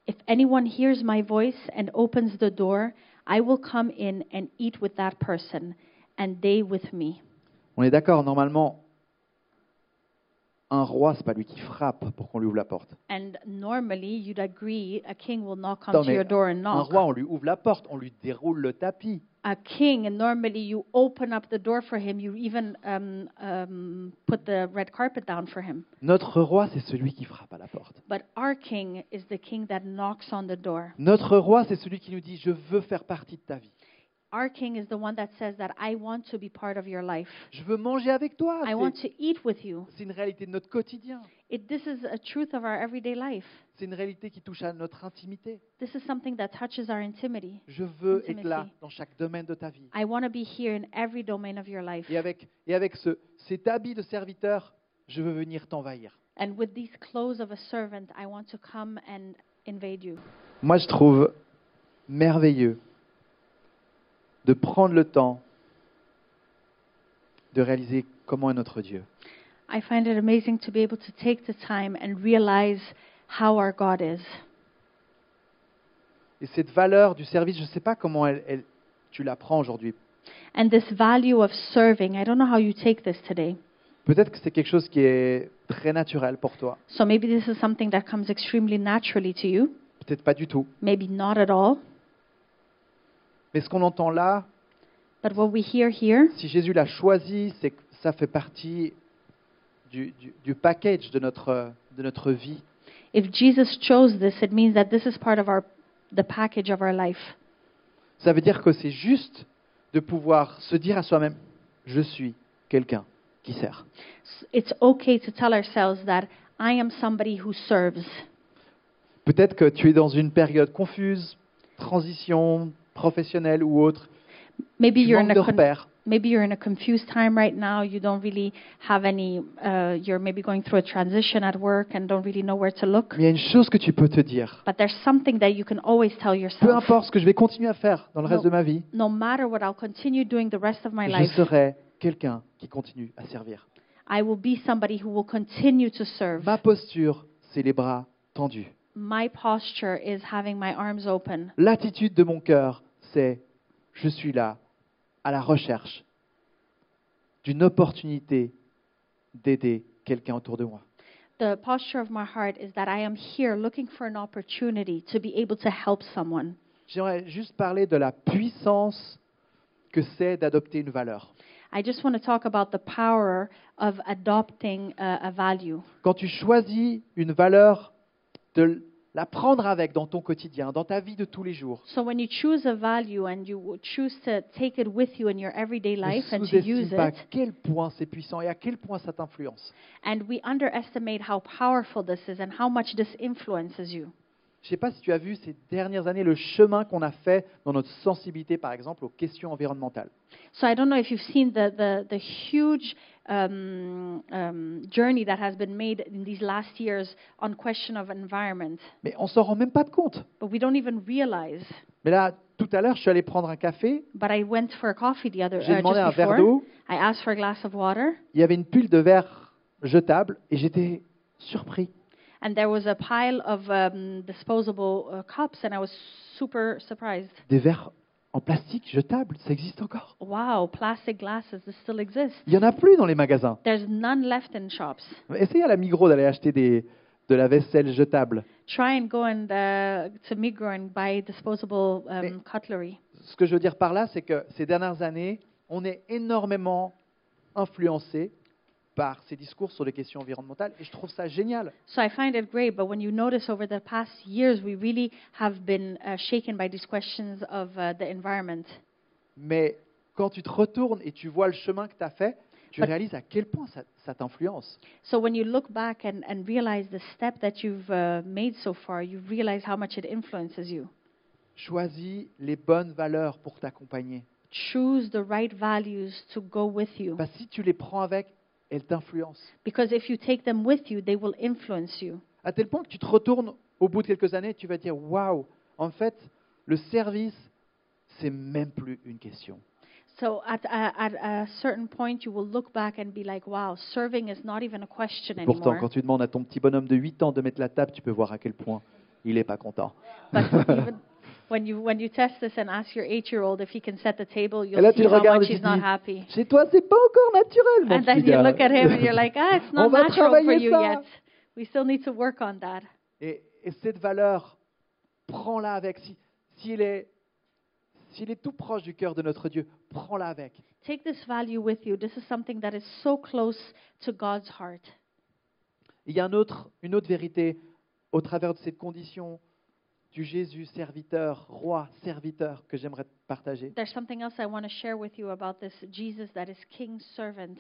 [SPEAKER 2] If anyone hears my voice and opens the door, I will come in and eat with that person, and they with me.
[SPEAKER 1] On est d'accord, normalement, un roi, c'est pas lui qui frappe pour qu'on lui ouvre la porte.
[SPEAKER 2] And normally, you'd agree a king will not come
[SPEAKER 1] Attends,
[SPEAKER 2] to
[SPEAKER 1] mais
[SPEAKER 2] your door and
[SPEAKER 1] Un
[SPEAKER 2] knock.
[SPEAKER 1] roi, on lui ouvre la porte, on lui déroule le tapis.
[SPEAKER 2] A king, and normally you open up the door for him. You even um, um, put the red carpet down for him.
[SPEAKER 1] Notre roi, c'est celui qui frappe à la porte.
[SPEAKER 2] But our king is the king that knocks on the door.
[SPEAKER 1] Notre roi, c'est celui qui nous dit Je veux faire partie de ta vie.
[SPEAKER 2] Our king is the one that says that I want to be part of your life.
[SPEAKER 1] Je veux manger avec toi.
[SPEAKER 2] I
[SPEAKER 1] C'est-
[SPEAKER 2] want to eat with you.
[SPEAKER 1] C'est une réalité de notre quotidien.
[SPEAKER 2] It, this is a truth of our everyday life.
[SPEAKER 1] C'est une réalité qui touche à notre intimité.
[SPEAKER 2] This is something that touches our intimity.
[SPEAKER 1] Je veux
[SPEAKER 2] Intimacy.
[SPEAKER 1] éclat dans chaque domaine de ta vie.
[SPEAKER 2] I want to be here in every domain of your life.
[SPEAKER 1] Et avec, et avec ce, cet habit de serviteur, je veux venir t'envahir.
[SPEAKER 2] And with these clothes of a servant, I want to come and invade you.
[SPEAKER 1] Moi, je trouve merveilleux de prendre le temps de réaliser comment est notre Dieu.
[SPEAKER 2] I find it amazing to be able to take the time and realize how our God is.
[SPEAKER 1] Et cette valeur du service, je ne sais pas comment elle, elle- tu l'apprends aujourd'hui.
[SPEAKER 2] And this value of serving, I don't know how you take this today.
[SPEAKER 1] Peut-être que c'est quelque chose qui est très naturel pour toi.
[SPEAKER 2] So maybe this is something that comes extremely naturally to you,
[SPEAKER 1] Peut-être pas du tout.
[SPEAKER 2] maybe not at all.
[SPEAKER 1] Mais ce qu'on entend là,
[SPEAKER 2] But what we hear here,
[SPEAKER 1] si Jésus l'a choisi, c'est que ça fait partie du, du- du package de notre, de notre vie.
[SPEAKER 2] if Jesus chose this, it means that this is part of our the package of our life.
[SPEAKER 1] Ça veut dire que c'est juste de pouvoir se dire à soi-même, je suis quelqu'un qui sert.
[SPEAKER 2] S- It's okay to tell ourselves that I am somebody who serves.
[SPEAKER 1] Peut-être que tu es dans une période confuse, transition professionnelle ou autre,
[SPEAKER 2] Maybe
[SPEAKER 1] tu
[SPEAKER 2] you're in
[SPEAKER 1] manques
[SPEAKER 2] a
[SPEAKER 1] de
[SPEAKER 2] con-
[SPEAKER 1] repères.
[SPEAKER 2] maybe you're in a confused time right now. You don't really have any. Uh, you're maybe going through a transition at work and don't really know where to look.
[SPEAKER 1] Mais il y a une chose que tu peux te dire,
[SPEAKER 2] But there's something that you can always tell
[SPEAKER 1] peu
[SPEAKER 2] yourself.
[SPEAKER 1] importe ce que je vais continuer à faire dans le reste
[SPEAKER 2] Non.
[SPEAKER 1] de ma vie,
[SPEAKER 2] No matter what, I'll continue doing the rest of my
[SPEAKER 1] je
[SPEAKER 2] life.
[SPEAKER 1] serai quelqu'un qui continue à servir.
[SPEAKER 2] I will be somebody who will continue to serve.
[SPEAKER 1] Ma posture, c'est les bras tendus.
[SPEAKER 2] My posture is having my arms open.
[SPEAKER 1] L'attitude de mon cœur, c'est je suis là à la recherche d'une opportunité d'aider quelqu'un autour de moi.
[SPEAKER 2] The posture of my heart is that I am here looking for an opportunity to be able to help someone.
[SPEAKER 1] J'aimerais juste parler de la puissance que c'est d'adopter une valeur.
[SPEAKER 2] I just want to talk about the power of adopting uh, a value.
[SPEAKER 1] Quand tu choisis une valeur, de la prendre avec dans ton quotidien, dans ta vie de tous les jours.
[SPEAKER 2] So when you choose a value and you w- choose to take it with you in your everyday
[SPEAKER 1] Ne
[SPEAKER 2] life and to
[SPEAKER 1] sous-estime
[SPEAKER 2] use
[SPEAKER 1] pas à
[SPEAKER 2] it,
[SPEAKER 1] quel point c'est puissant et à quel point ça t'influence.
[SPEAKER 2] and we underestimate how powerful this is and how much this influences you.
[SPEAKER 1] Je ne sais pas si tu as vu ces dernières années le chemin qu'on a fait dans notre sensibilité, par exemple, aux questions environnementales.
[SPEAKER 2] So I don't know if you've seen the, the, the huge um, um, journey that has been made in these last years on question of environment,
[SPEAKER 1] Mais on s'en rend même pas de compte.
[SPEAKER 2] but we don't even realize.
[SPEAKER 1] Mais là, tout à l'heure, je suis allé prendre un café,
[SPEAKER 2] But I went for a coffee the other uh,
[SPEAKER 1] j'ai demandé un
[SPEAKER 2] just
[SPEAKER 1] verre
[SPEAKER 2] before.
[SPEAKER 1] d'eau,
[SPEAKER 2] I asked for a glass of water,
[SPEAKER 1] il y avait une pile de verre jetable et j'étais surpris.
[SPEAKER 2] and there was a pile of um, disposable uh, cups, and I was super surprised.
[SPEAKER 1] Des verres en plastique jetables, ça existe encore.
[SPEAKER 2] Wow, plastic glasses, this still exists.
[SPEAKER 1] Il n'y en a plus dans les magasins.
[SPEAKER 2] There's none left in shops.
[SPEAKER 1] Essayez à la Migros d'aller acheter des, de la vaisselle jetable.
[SPEAKER 2] Try and go and uh, to Migros and buy disposable um,
[SPEAKER 1] Mais-
[SPEAKER 2] cutlery.
[SPEAKER 1] Ce que je veux dire par là, c'est que ces dernières années, on est énormément influencé par ces discours sur les questions environnementales et je trouve ça génial.
[SPEAKER 2] So I find it great, but when you notice over the past years, we really have been uh, shaken by these questions of uh, the environment.
[SPEAKER 1] Mais quand tu te retournes et tu vois le chemin que tu as fait, tu
[SPEAKER 2] But-
[SPEAKER 1] réalises à quel point ça, ça t'influence.
[SPEAKER 2] So when you look back and, and realize the step that you've uh, made so far, you realize how much it influences you.
[SPEAKER 1] Choisis les bonnes valeurs pour t'accompagner.
[SPEAKER 2] Choose the right values to go with you,
[SPEAKER 1] Parce que Bah, si tu les prends avec, elles t'influencent.
[SPEAKER 2] because if you take them with you, they will influence you.
[SPEAKER 1] À tel point que tu te retournes au bout de quelques années et tu vas dire Waouh, en fait, le service, c'est même plus une question.
[SPEAKER 2] So at a, at a certain point, you will look back and be like, wow, serving is not even a question
[SPEAKER 1] Pourtant, quand
[SPEAKER 2] anymore.
[SPEAKER 1] tu demandes à ton petit bonhomme de 8 ans de mettre la table, tu peux voir à quel point il n'est pas content.
[SPEAKER 2] But even when you when you test this and ask your eight-year-old if he can set the table, you'll
[SPEAKER 1] là, tu
[SPEAKER 2] see
[SPEAKER 1] le
[SPEAKER 2] how
[SPEAKER 1] regardes et
[SPEAKER 2] much
[SPEAKER 1] tu
[SPEAKER 2] he's not
[SPEAKER 1] dis,
[SPEAKER 2] happy.
[SPEAKER 1] Chez toi, c'est pas encore naturel, mon
[SPEAKER 2] And then
[SPEAKER 1] petit
[SPEAKER 2] you
[SPEAKER 1] gars.
[SPEAKER 2] Ah, look at him and you're like, ah, it's
[SPEAKER 1] On
[SPEAKER 2] not
[SPEAKER 1] va
[SPEAKER 2] natural for
[SPEAKER 1] travailler
[SPEAKER 2] you
[SPEAKER 1] ça.
[SPEAKER 2] yet. We still need to work on that.
[SPEAKER 1] Et, et cette valeur, prends-la avec. Si- S'il est, s'il est tout proche du cœur de notre Dieu, prends-la avec.
[SPEAKER 2] Take this value with you. This is something that is so close to God's heart.
[SPEAKER 1] Il y a un autre- une autre vérité au travers de cette condition du Jésus serviteur, roi serviteur que j'aimerais te partager.
[SPEAKER 2] There's something else I want to share with you about this Jesus that is King's servant.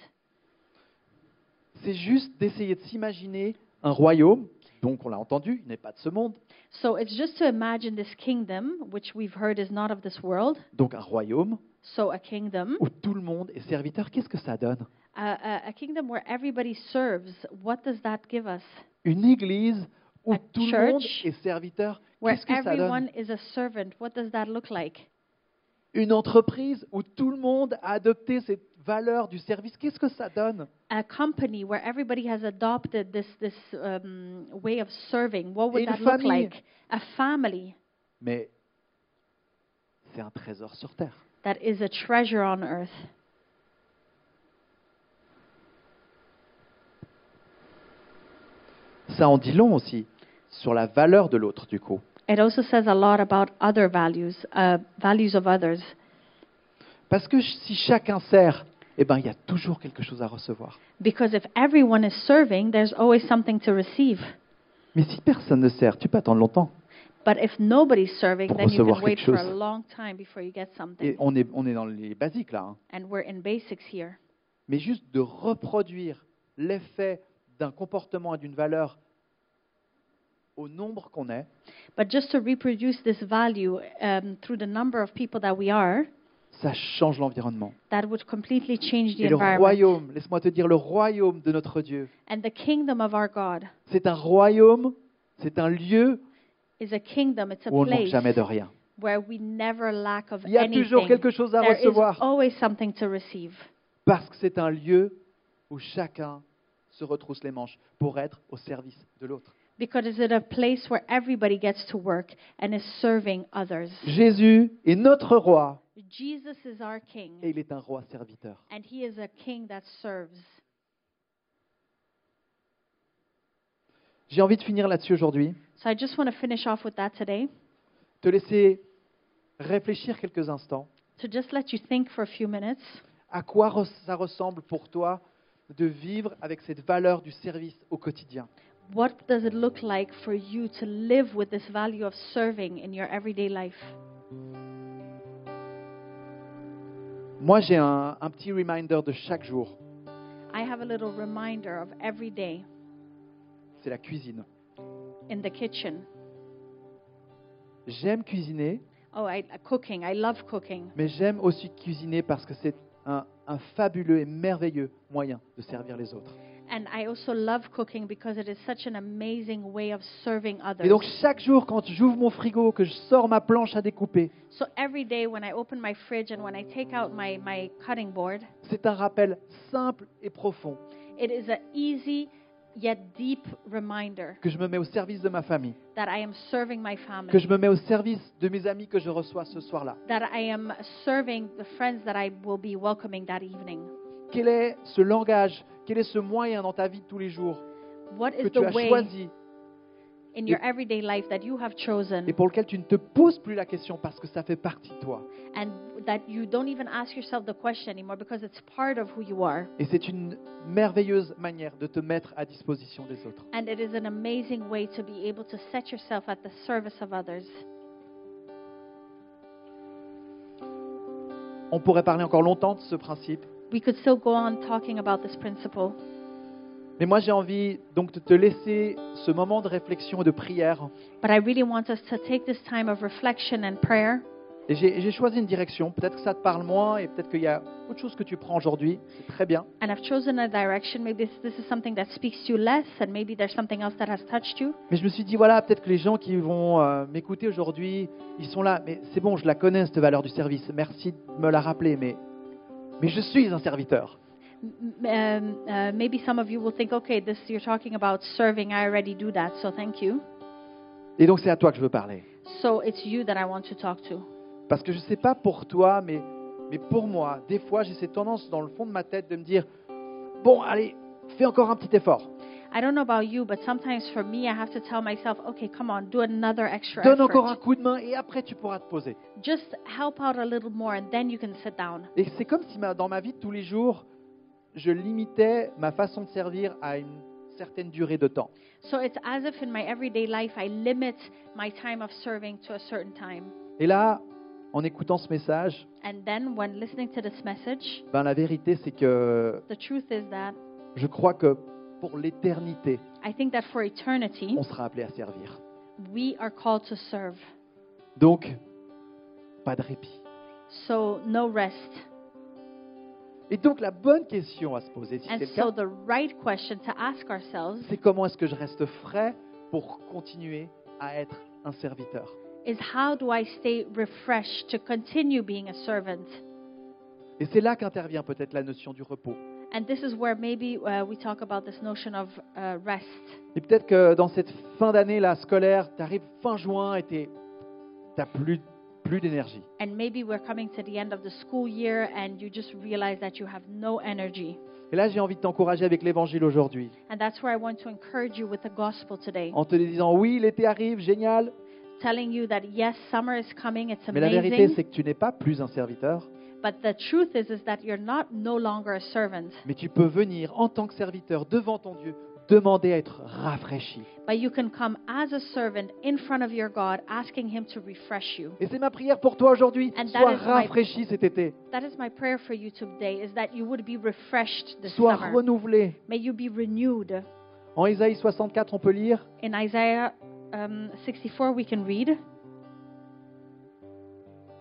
[SPEAKER 1] C'est juste d'essayer de s'imaginer un royaume, donc on l'a entendu, il n'est pas de ce monde,
[SPEAKER 2] So it's just to imagine this kingdom, which we've heard is not of this world.
[SPEAKER 1] donc un royaume
[SPEAKER 2] So a kingdom,
[SPEAKER 1] où tout le monde est serviteur. Qu'est-ce que ça donne
[SPEAKER 2] a, a, a kingdom where everybody serves. What does that give us?
[SPEAKER 1] Une église où
[SPEAKER 2] A
[SPEAKER 1] tout le monde
[SPEAKER 2] church
[SPEAKER 1] est serviteur.
[SPEAKER 2] Where
[SPEAKER 1] Qu'est-ce que ça donne
[SPEAKER 2] everyone is a servant. What does that look like?
[SPEAKER 1] Une entreprise où tout le monde a adopté cette valeur du service. Qu'est-ce que ça donne
[SPEAKER 2] A company where everybody has adopted this this um, way of serving. What would
[SPEAKER 1] Une
[SPEAKER 2] that look
[SPEAKER 1] famille.
[SPEAKER 2] like? A family
[SPEAKER 1] Mais c'est un trésor sur terre.
[SPEAKER 2] that is a treasure on earth.
[SPEAKER 1] Ça en dit long aussi sur la valeur de l'autre, du coup.
[SPEAKER 2] It also says a lot about other values, uh, values of others,
[SPEAKER 1] Parce que ch- si chacun sert, eh ben, il y a toujours quelque chose à recevoir.
[SPEAKER 2] because if everyone is serving, there's always something to receive.
[SPEAKER 1] Mais si personne ne sert, tu peux attendre longtemps.
[SPEAKER 2] But if nobody's serving,
[SPEAKER 1] Pour
[SPEAKER 2] then you can
[SPEAKER 1] recevoir
[SPEAKER 2] wait
[SPEAKER 1] quelque
[SPEAKER 2] for a
[SPEAKER 1] chose.
[SPEAKER 2] long time before you get something.
[SPEAKER 1] Et on est, on est dans les basiques, là. hein.
[SPEAKER 2] And we're in basics here.
[SPEAKER 1] mais juste de reproduire l'effet d'un comportement et d'une valeur au nombre qu'on est,
[SPEAKER 2] But just to reproduce this value um, through the number of people that we are,
[SPEAKER 1] ça change l'environnement.
[SPEAKER 2] that would completely change the
[SPEAKER 1] Et le
[SPEAKER 2] environment.
[SPEAKER 1] royaume, laisse-moi te dire, le royaume de notre Dieu,
[SPEAKER 2] And the kingdom of our God
[SPEAKER 1] c'est un royaume, c'est un lieu
[SPEAKER 2] is a kingdom, it's a
[SPEAKER 1] où on ne manque
[SPEAKER 2] place
[SPEAKER 1] jamais de rien.
[SPEAKER 2] where we never lack of
[SPEAKER 1] Il y a
[SPEAKER 2] anything.
[SPEAKER 1] toujours quelque chose à
[SPEAKER 2] There is
[SPEAKER 1] recevoir
[SPEAKER 2] always something to receive
[SPEAKER 1] parce que c'est un lieu où chacun se retrousse les manches pour être au service de l'autre.
[SPEAKER 2] because it's a place where everybody gets to work and is serving others.
[SPEAKER 1] Jésus est notre roi
[SPEAKER 2] Jesus is our
[SPEAKER 1] et
[SPEAKER 2] king,
[SPEAKER 1] il est un roi serviteur.
[SPEAKER 2] and he is a king that serves.
[SPEAKER 1] J'ai envie de finir là-dessus aujourd'hui,
[SPEAKER 2] So I just want to finish off with that today
[SPEAKER 1] te laisser réfléchir quelques instants.
[SPEAKER 2] to just let you think for a few minutes
[SPEAKER 1] À quoi res- ça ressemble pour toi de vivre avec cette valeur du service au quotidien
[SPEAKER 2] What does it look like for you to live with this value of serving in your everyday life?
[SPEAKER 1] Moi, j'ai un, un petit reminder de chaque jour,
[SPEAKER 2] I have a little reminder of every day
[SPEAKER 1] c'est la cuisine.
[SPEAKER 2] in the kitchen.
[SPEAKER 1] J'aime cuisiner,
[SPEAKER 2] Oh, I, cooking. I love cooking.
[SPEAKER 1] mais j'aime aussi cuisiner parce que c'est un, un fabuleux et merveilleux moyen de servir les autres.
[SPEAKER 2] And I also love cooking because it is such an amazing way of serving others.
[SPEAKER 1] Et donc chaque jour, quand j'ouvre mon frigo, que je sors ma planche à découper,
[SPEAKER 2] so every day when I open my fridge and when I take out my, my cutting board,
[SPEAKER 1] c'est un rappel simple et profond
[SPEAKER 2] it is an easy yet deep reminder
[SPEAKER 1] que je me mets au service de ma famille,
[SPEAKER 2] that I am serving my
[SPEAKER 1] que
[SPEAKER 2] family,
[SPEAKER 1] je me mets au service de mes amis que je reçois ce soir-là.
[SPEAKER 2] that I am serving the friends that I will be welcoming that evening.
[SPEAKER 1] Quel est ce langage, quel est ce moyen dans ta vie de tous les jours
[SPEAKER 2] What
[SPEAKER 1] que
[SPEAKER 2] is
[SPEAKER 1] tu
[SPEAKER 2] the
[SPEAKER 1] as
[SPEAKER 2] way
[SPEAKER 1] choisi
[SPEAKER 2] in your everyday life that you have
[SPEAKER 1] et
[SPEAKER 2] chosen
[SPEAKER 1] pour lequel tu ne te poses plus la question parce que ça fait partie de toi
[SPEAKER 2] and that you don't even ask yourself the question anymore because it's part of who you are?
[SPEAKER 1] Et c'est une merveilleuse manière de te mettre à disposition des autres.
[SPEAKER 2] And it is an amazing way to be able to set yourself at the service of others.
[SPEAKER 1] On pourrait parler encore longtemps de ce principe,
[SPEAKER 2] We could still go on talking about this principle,
[SPEAKER 1] mais moi j'ai envie donc de te laisser ce moment de réflexion et de prière.
[SPEAKER 2] but I really want us to take this time of reflection and prayer.
[SPEAKER 1] Et j'ai j'ai choisi une direction, peut-être que ça te parle moins et peut-être qu'il y a autre chose que tu prends aujourd'hui, c'est très bien.
[SPEAKER 2] And I've chosen a direction. Maybe this, this is something that speaks to you less, and maybe there's something else that has touched you.
[SPEAKER 1] Mais je me suis dit, voilà, peut-être que les gens qui vont euh, m'écouter aujourd'hui, ils sont là, mais c'est bon, je la connais, cette valeur du service, merci de me la rappeler, mais, mais je suis un serviteur.
[SPEAKER 2] M- m- um, uh, maybe some of you will think, okay, this you're talking about serving. I already do that, so thank you.
[SPEAKER 1] Et donc c'est à toi que je veux parler.
[SPEAKER 2] So it's you that I want to talk to.
[SPEAKER 1] Parce que je ne sais pas pour toi, mais, mais pour moi, des fois, j'ai cette tendance dans le fond de ma tête de me dire Bon, allez, fais encore un petit effort.
[SPEAKER 2] I don't know about you, but sometimes for me, I have to tell myself, okay, come on, do another extra
[SPEAKER 1] Donne
[SPEAKER 2] effort.
[SPEAKER 1] encore un coup de main et après, tu pourras te poser.
[SPEAKER 2] just help out a little more and then you can sit down.
[SPEAKER 1] Et c'est comme si ma- dans ma vie de tous les jours, je limitais ma façon de servir à une certaine durée de temps.
[SPEAKER 2] So it's as if in my everyday life I limit my time of serving to a certain time.
[SPEAKER 1] Et là, en écoutant ce message,
[SPEAKER 2] And then when listening to this message,
[SPEAKER 1] ben, la vérité, c'est que
[SPEAKER 2] the truth is that
[SPEAKER 1] je crois que pour l'éternité,
[SPEAKER 2] I think that for eternity,
[SPEAKER 1] on sera appelé à servir.
[SPEAKER 2] we are called to serve.
[SPEAKER 1] Donc, pas de répit.
[SPEAKER 2] So no rest.
[SPEAKER 1] Et donc, la bonne question à se poser, si c'est
[SPEAKER 2] And
[SPEAKER 1] le cas,
[SPEAKER 2] so the right question to ask ourselves
[SPEAKER 1] c'est comment est-ce que je reste frais pour continuer à être un serviteur.
[SPEAKER 2] is how do I stay refreshed to continue being a servant?
[SPEAKER 1] Et c'est là qu'intervient peut-être la notion du repos.
[SPEAKER 2] And this is where maybe uh, we talk about this notion of uh, rest.
[SPEAKER 1] Et peut-être que dans cette fin d'année là, scolaire, tu arrives fin juin et tu n'as plus, plus d'énergie.
[SPEAKER 2] and maybe we're coming to the end of the school year and you just realize that you have no energy.
[SPEAKER 1] Et là, j'ai envie de t'encourager avec l'évangile aujourd'hui,
[SPEAKER 2] And that's where I want to encourage you with the gospel today,
[SPEAKER 1] en te disant oui, l'été arrive, génial,
[SPEAKER 2] telling you that yes, summer is coming, it's
[SPEAKER 1] mais la vérité,
[SPEAKER 2] amazing,
[SPEAKER 1] c'est que tu n'es pas plus un serviteur,
[SPEAKER 2] but the truth is is that you're not no longer a servant,
[SPEAKER 1] mais tu peux venir en tant que serviteur devant ton Dieu, demander à être rafraîchi.
[SPEAKER 2] but you can come as a servant in front of your God asking him to refresh you.
[SPEAKER 1] Et c'est ma prière pour toi aujourd'hui,
[SPEAKER 2] And that
[SPEAKER 1] sois
[SPEAKER 2] is my-
[SPEAKER 1] rafraîchi cet été,
[SPEAKER 2] That is my prayer for you today is that you would be refreshed this
[SPEAKER 1] sois
[SPEAKER 2] summer.
[SPEAKER 1] renouvelé.
[SPEAKER 2] May you be renewed.
[SPEAKER 1] En Ésaïe 64, on peut lire
[SPEAKER 2] In Isaiah um, 64 we can read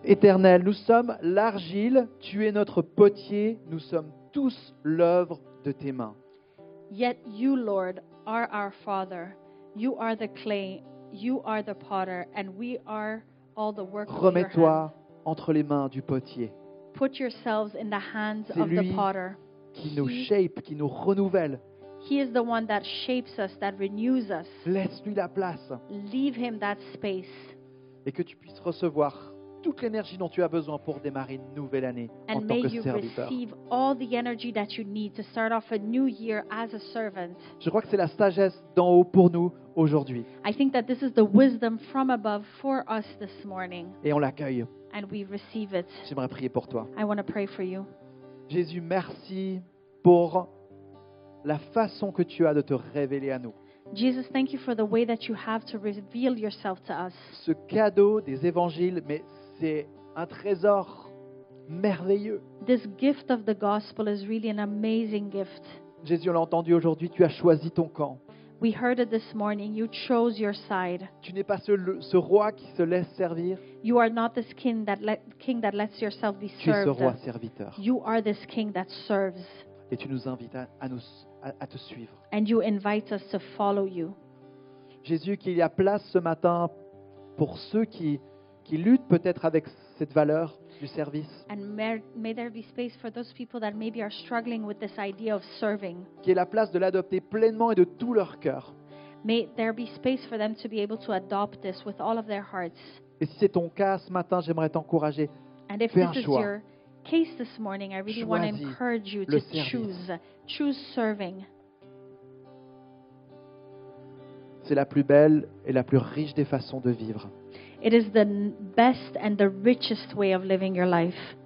[SPEAKER 1] Éternel, nous sommes l'argile, tu es notre potier, nous sommes tous l'œuvre de tes mains.
[SPEAKER 2] Yet you, Lord, are our Father. You are the clay, you are the potter, and we are all the work of your hand.
[SPEAKER 1] Remets-toi entre les mains du potier
[SPEAKER 2] Put yourselves in the hands
[SPEAKER 1] C'est
[SPEAKER 2] of the
[SPEAKER 1] lui.
[SPEAKER 2] potter.
[SPEAKER 1] qui nous
[SPEAKER 2] Qui-
[SPEAKER 1] shape, qui nous renouvelle.
[SPEAKER 2] He is the one that shapes us, that renews us.
[SPEAKER 1] Laisse-lui la place
[SPEAKER 2] Leave him that space
[SPEAKER 1] et que tu puisses recevoir toute l'énergie dont tu as besoin pour démarrer une nouvelle année en
[SPEAKER 2] and
[SPEAKER 1] tant
[SPEAKER 2] may
[SPEAKER 1] que
[SPEAKER 2] you
[SPEAKER 1] serviteur.
[SPEAKER 2] receive all the energy that you need to start off a new year as a servant.
[SPEAKER 1] Je crois que c'est la sagesse d'en haut pour nous aujourd'hui
[SPEAKER 2] I think that this is the wisdom from above for us this morning,
[SPEAKER 1] et on l'accueille.
[SPEAKER 2] and we receive it.
[SPEAKER 1] J'aimerais prier pour toi.
[SPEAKER 2] I want to pray for you.
[SPEAKER 1] Jésus, merci pour la façon que tu as de te révéler à nous.
[SPEAKER 2] Jesus, thank you for the way that you have to reveal yourself to us.
[SPEAKER 1] ce cadeau des évangiles, mais c'est un trésor merveilleux.
[SPEAKER 2] This gift of the gospel is really an amazing gift.
[SPEAKER 1] Jésus, on l'a entendu aujourd'hui, tu as choisi ton camp.
[SPEAKER 2] We heard it this morning. You chose your side.
[SPEAKER 1] Tu n'es pas ce, ce roi qui se laisse servir,
[SPEAKER 2] You are not this king that, let, king that lets yourself be
[SPEAKER 1] tu es ce
[SPEAKER 2] served.
[SPEAKER 1] roi serviteur.
[SPEAKER 2] You are this king that serves,
[SPEAKER 1] Et tu nous invites à, à nous, à- à te suivre.
[SPEAKER 2] and you invite us to follow you.
[SPEAKER 1] Jésus, qu'il y a place ce matin pour ceux qui, qui luttent peut-être avec cette valeur du service,
[SPEAKER 2] And may, may there be space for those people that maybe are struggling with this idea of serving.
[SPEAKER 1] qui est la place de l'adopter pleinement et de tout leur cœur.
[SPEAKER 2] May there be space for them to be able to adopt this with all of their hearts.
[SPEAKER 1] Et si c'est ton cas ce matin, j'aimerais t'encourager.
[SPEAKER 2] And if
[SPEAKER 1] Fais un
[SPEAKER 2] this is
[SPEAKER 1] choix.
[SPEAKER 2] your case this morning, I really want to
[SPEAKER 1] Choisis
[SPEAKER 2] encourage you
[SPEAKER 1] le
[SPEAKER 2] to
[SPEAKER 1] service.
[SPEAKER 2] choose. Choose serving.
[SPEAKER 1] C'est la plus belle et la plus riche des façons de vivre.
[SPEAKER 2] It is the n- best and the richest way of living your life.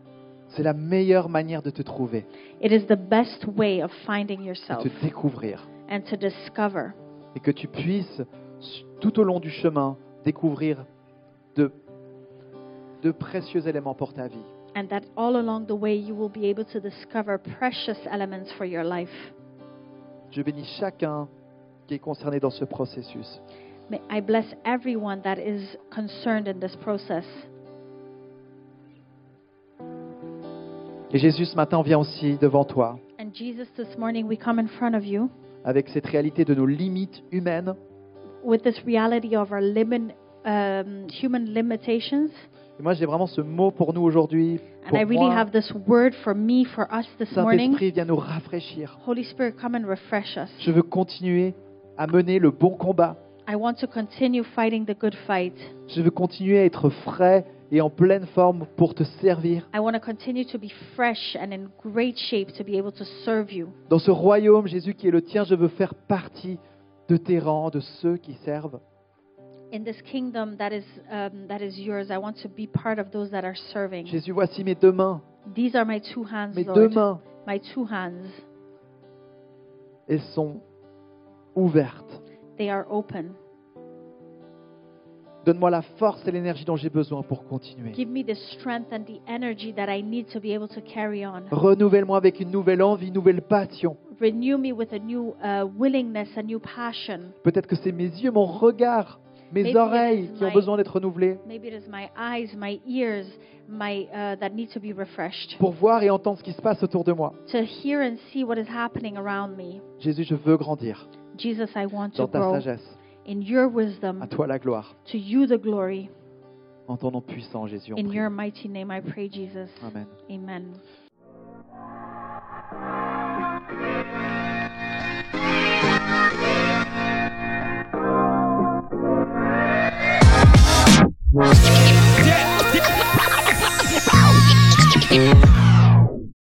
[SPEAKER 1] C'est la meilleure manière de te trouver,
[SPEAKER 2] It is the best way of finding
[SPEAKER 1] de
[SPEAKER 2] yourself
[SPEAKER 1] te découvrir.
[SPEAKER 2] and to discover.
[SPEAKER 1] Et que tu puisses, tout au long du chemin, découvrir de, de précieux éléments pour ta vie.
[SPEAKER 2] And that all along the way, you will be able to discover precious elements for your life.
[SPEAKER 1] Je bénis chacun qui est concerné dans ce processus.
[SPEAKER 2] May I bless everyone that is concerned in this process.
[SPEAKER 1] Et Jésus, ce matin, on vient aussi devant toi
[SPEAKER 2] And Jesus, this morning we come in front of you
[SPEAKER 1] avec cette réalité de nos limites humaines,
[SPEAKER 2] with this reality of our limit, um, human limitations.
[SPEAKER 1] Et moi, j'ai vraiment ce mot pour nous aujourd'hui.
[SPEAKER 2] And
[SPEAKER 1] Pour
[SPEAKER 2] I really
[SPEAKER 1] moi,
[SPEAKER 2] have this word for me, for us this morning.
[SPEAKER 1] Saint-Esprit vient nous rafraîchir.
[SPEAKER 2] Holy Spirit, come and refresh us.
[SPEAKER 1] Je veux continuer à mener le bon combat.
[SPEAKER 2] I want to continue fighting the good fight.
[SPEAKER 1] Je veux continuer à être frais et en pleine forme pour te servir.
[SPEAKER 2] I want to continue to be fresh and in great shape to be able to serve you.
[SPEAKER 1] Dans ce royaume, Jésus, qui est le tien, je veux faire partie de tes rangs, de ceux qui servent.
[SPEAKER 2] In this kingdom that is, um, that is yours, I want to be part of those that are serving.
[SPEAKER 1] Jésus, voici mes deux mains,
[SPEAKER 2] These are my two hands,
[SPEAKER 1] mes deux
[SPEAKER 2] Lord.
[SPEAKER 1] mains,
[SPEAKER 2] My two hands,
[SPEAKER 1] elles sont ouvertes.
[SPEAKER 2] they are open.
[SPEAKER 1] Donne-moi la force et l'énergie dont j'ai besoin pour continuer.
[SPEAKER 2] Give me the strength and the energy that I need to be able to carry on.
[SPEAKER 1] Renouvelle-moi avec une nouvelle envie, une nouvelle passion.
[SPEAKER 2] Renew me with a new uh, willingness, a new passion.
[SPEAKER 1] Peut-être que c'est mes yeux, mon regard, mes
[SPEAKER 2] Maybe
[SPEAKER 1] oreilles
[SPEAKER 2] it's
[SPEAKER 1] qui ont
[SPEAKER 2] my-
[SPEAKER 1] besoin d'être renouvelées
[SPEAKER 2] Maybe it is my eyes, my ears, my uh, that need to be refreshed
[SPEAKER 1] pour voir et entendre ce qui se passe autour de moi.
[SPEAKER 2] to hear and see what is happening around me.
[SPEAKER 1] Jésus, je veux grandir
[SPEAKER 2] Jesus, I want to
[SPEAKER 1] dans ta
[SPEAKER 2] grow
[SPEAKER 1] sagesse.
[SPEAKER 2] in your
[SPEAKER 1] À
[SPEAKER 2] wisdom.
[SPEAKER 1] toi la gloire.
[SPEAKER 2] To you the glory.
[SPEAKER 1] En ton nom puissant, Jésus, on
[SPEAKER 2] In
[SPEAKER 1] prie.
[SPEAKER 2] your mighty name, I pray, Jesus.
[SPEAKER 1] Amen.
[SPEAKER 2] Amen.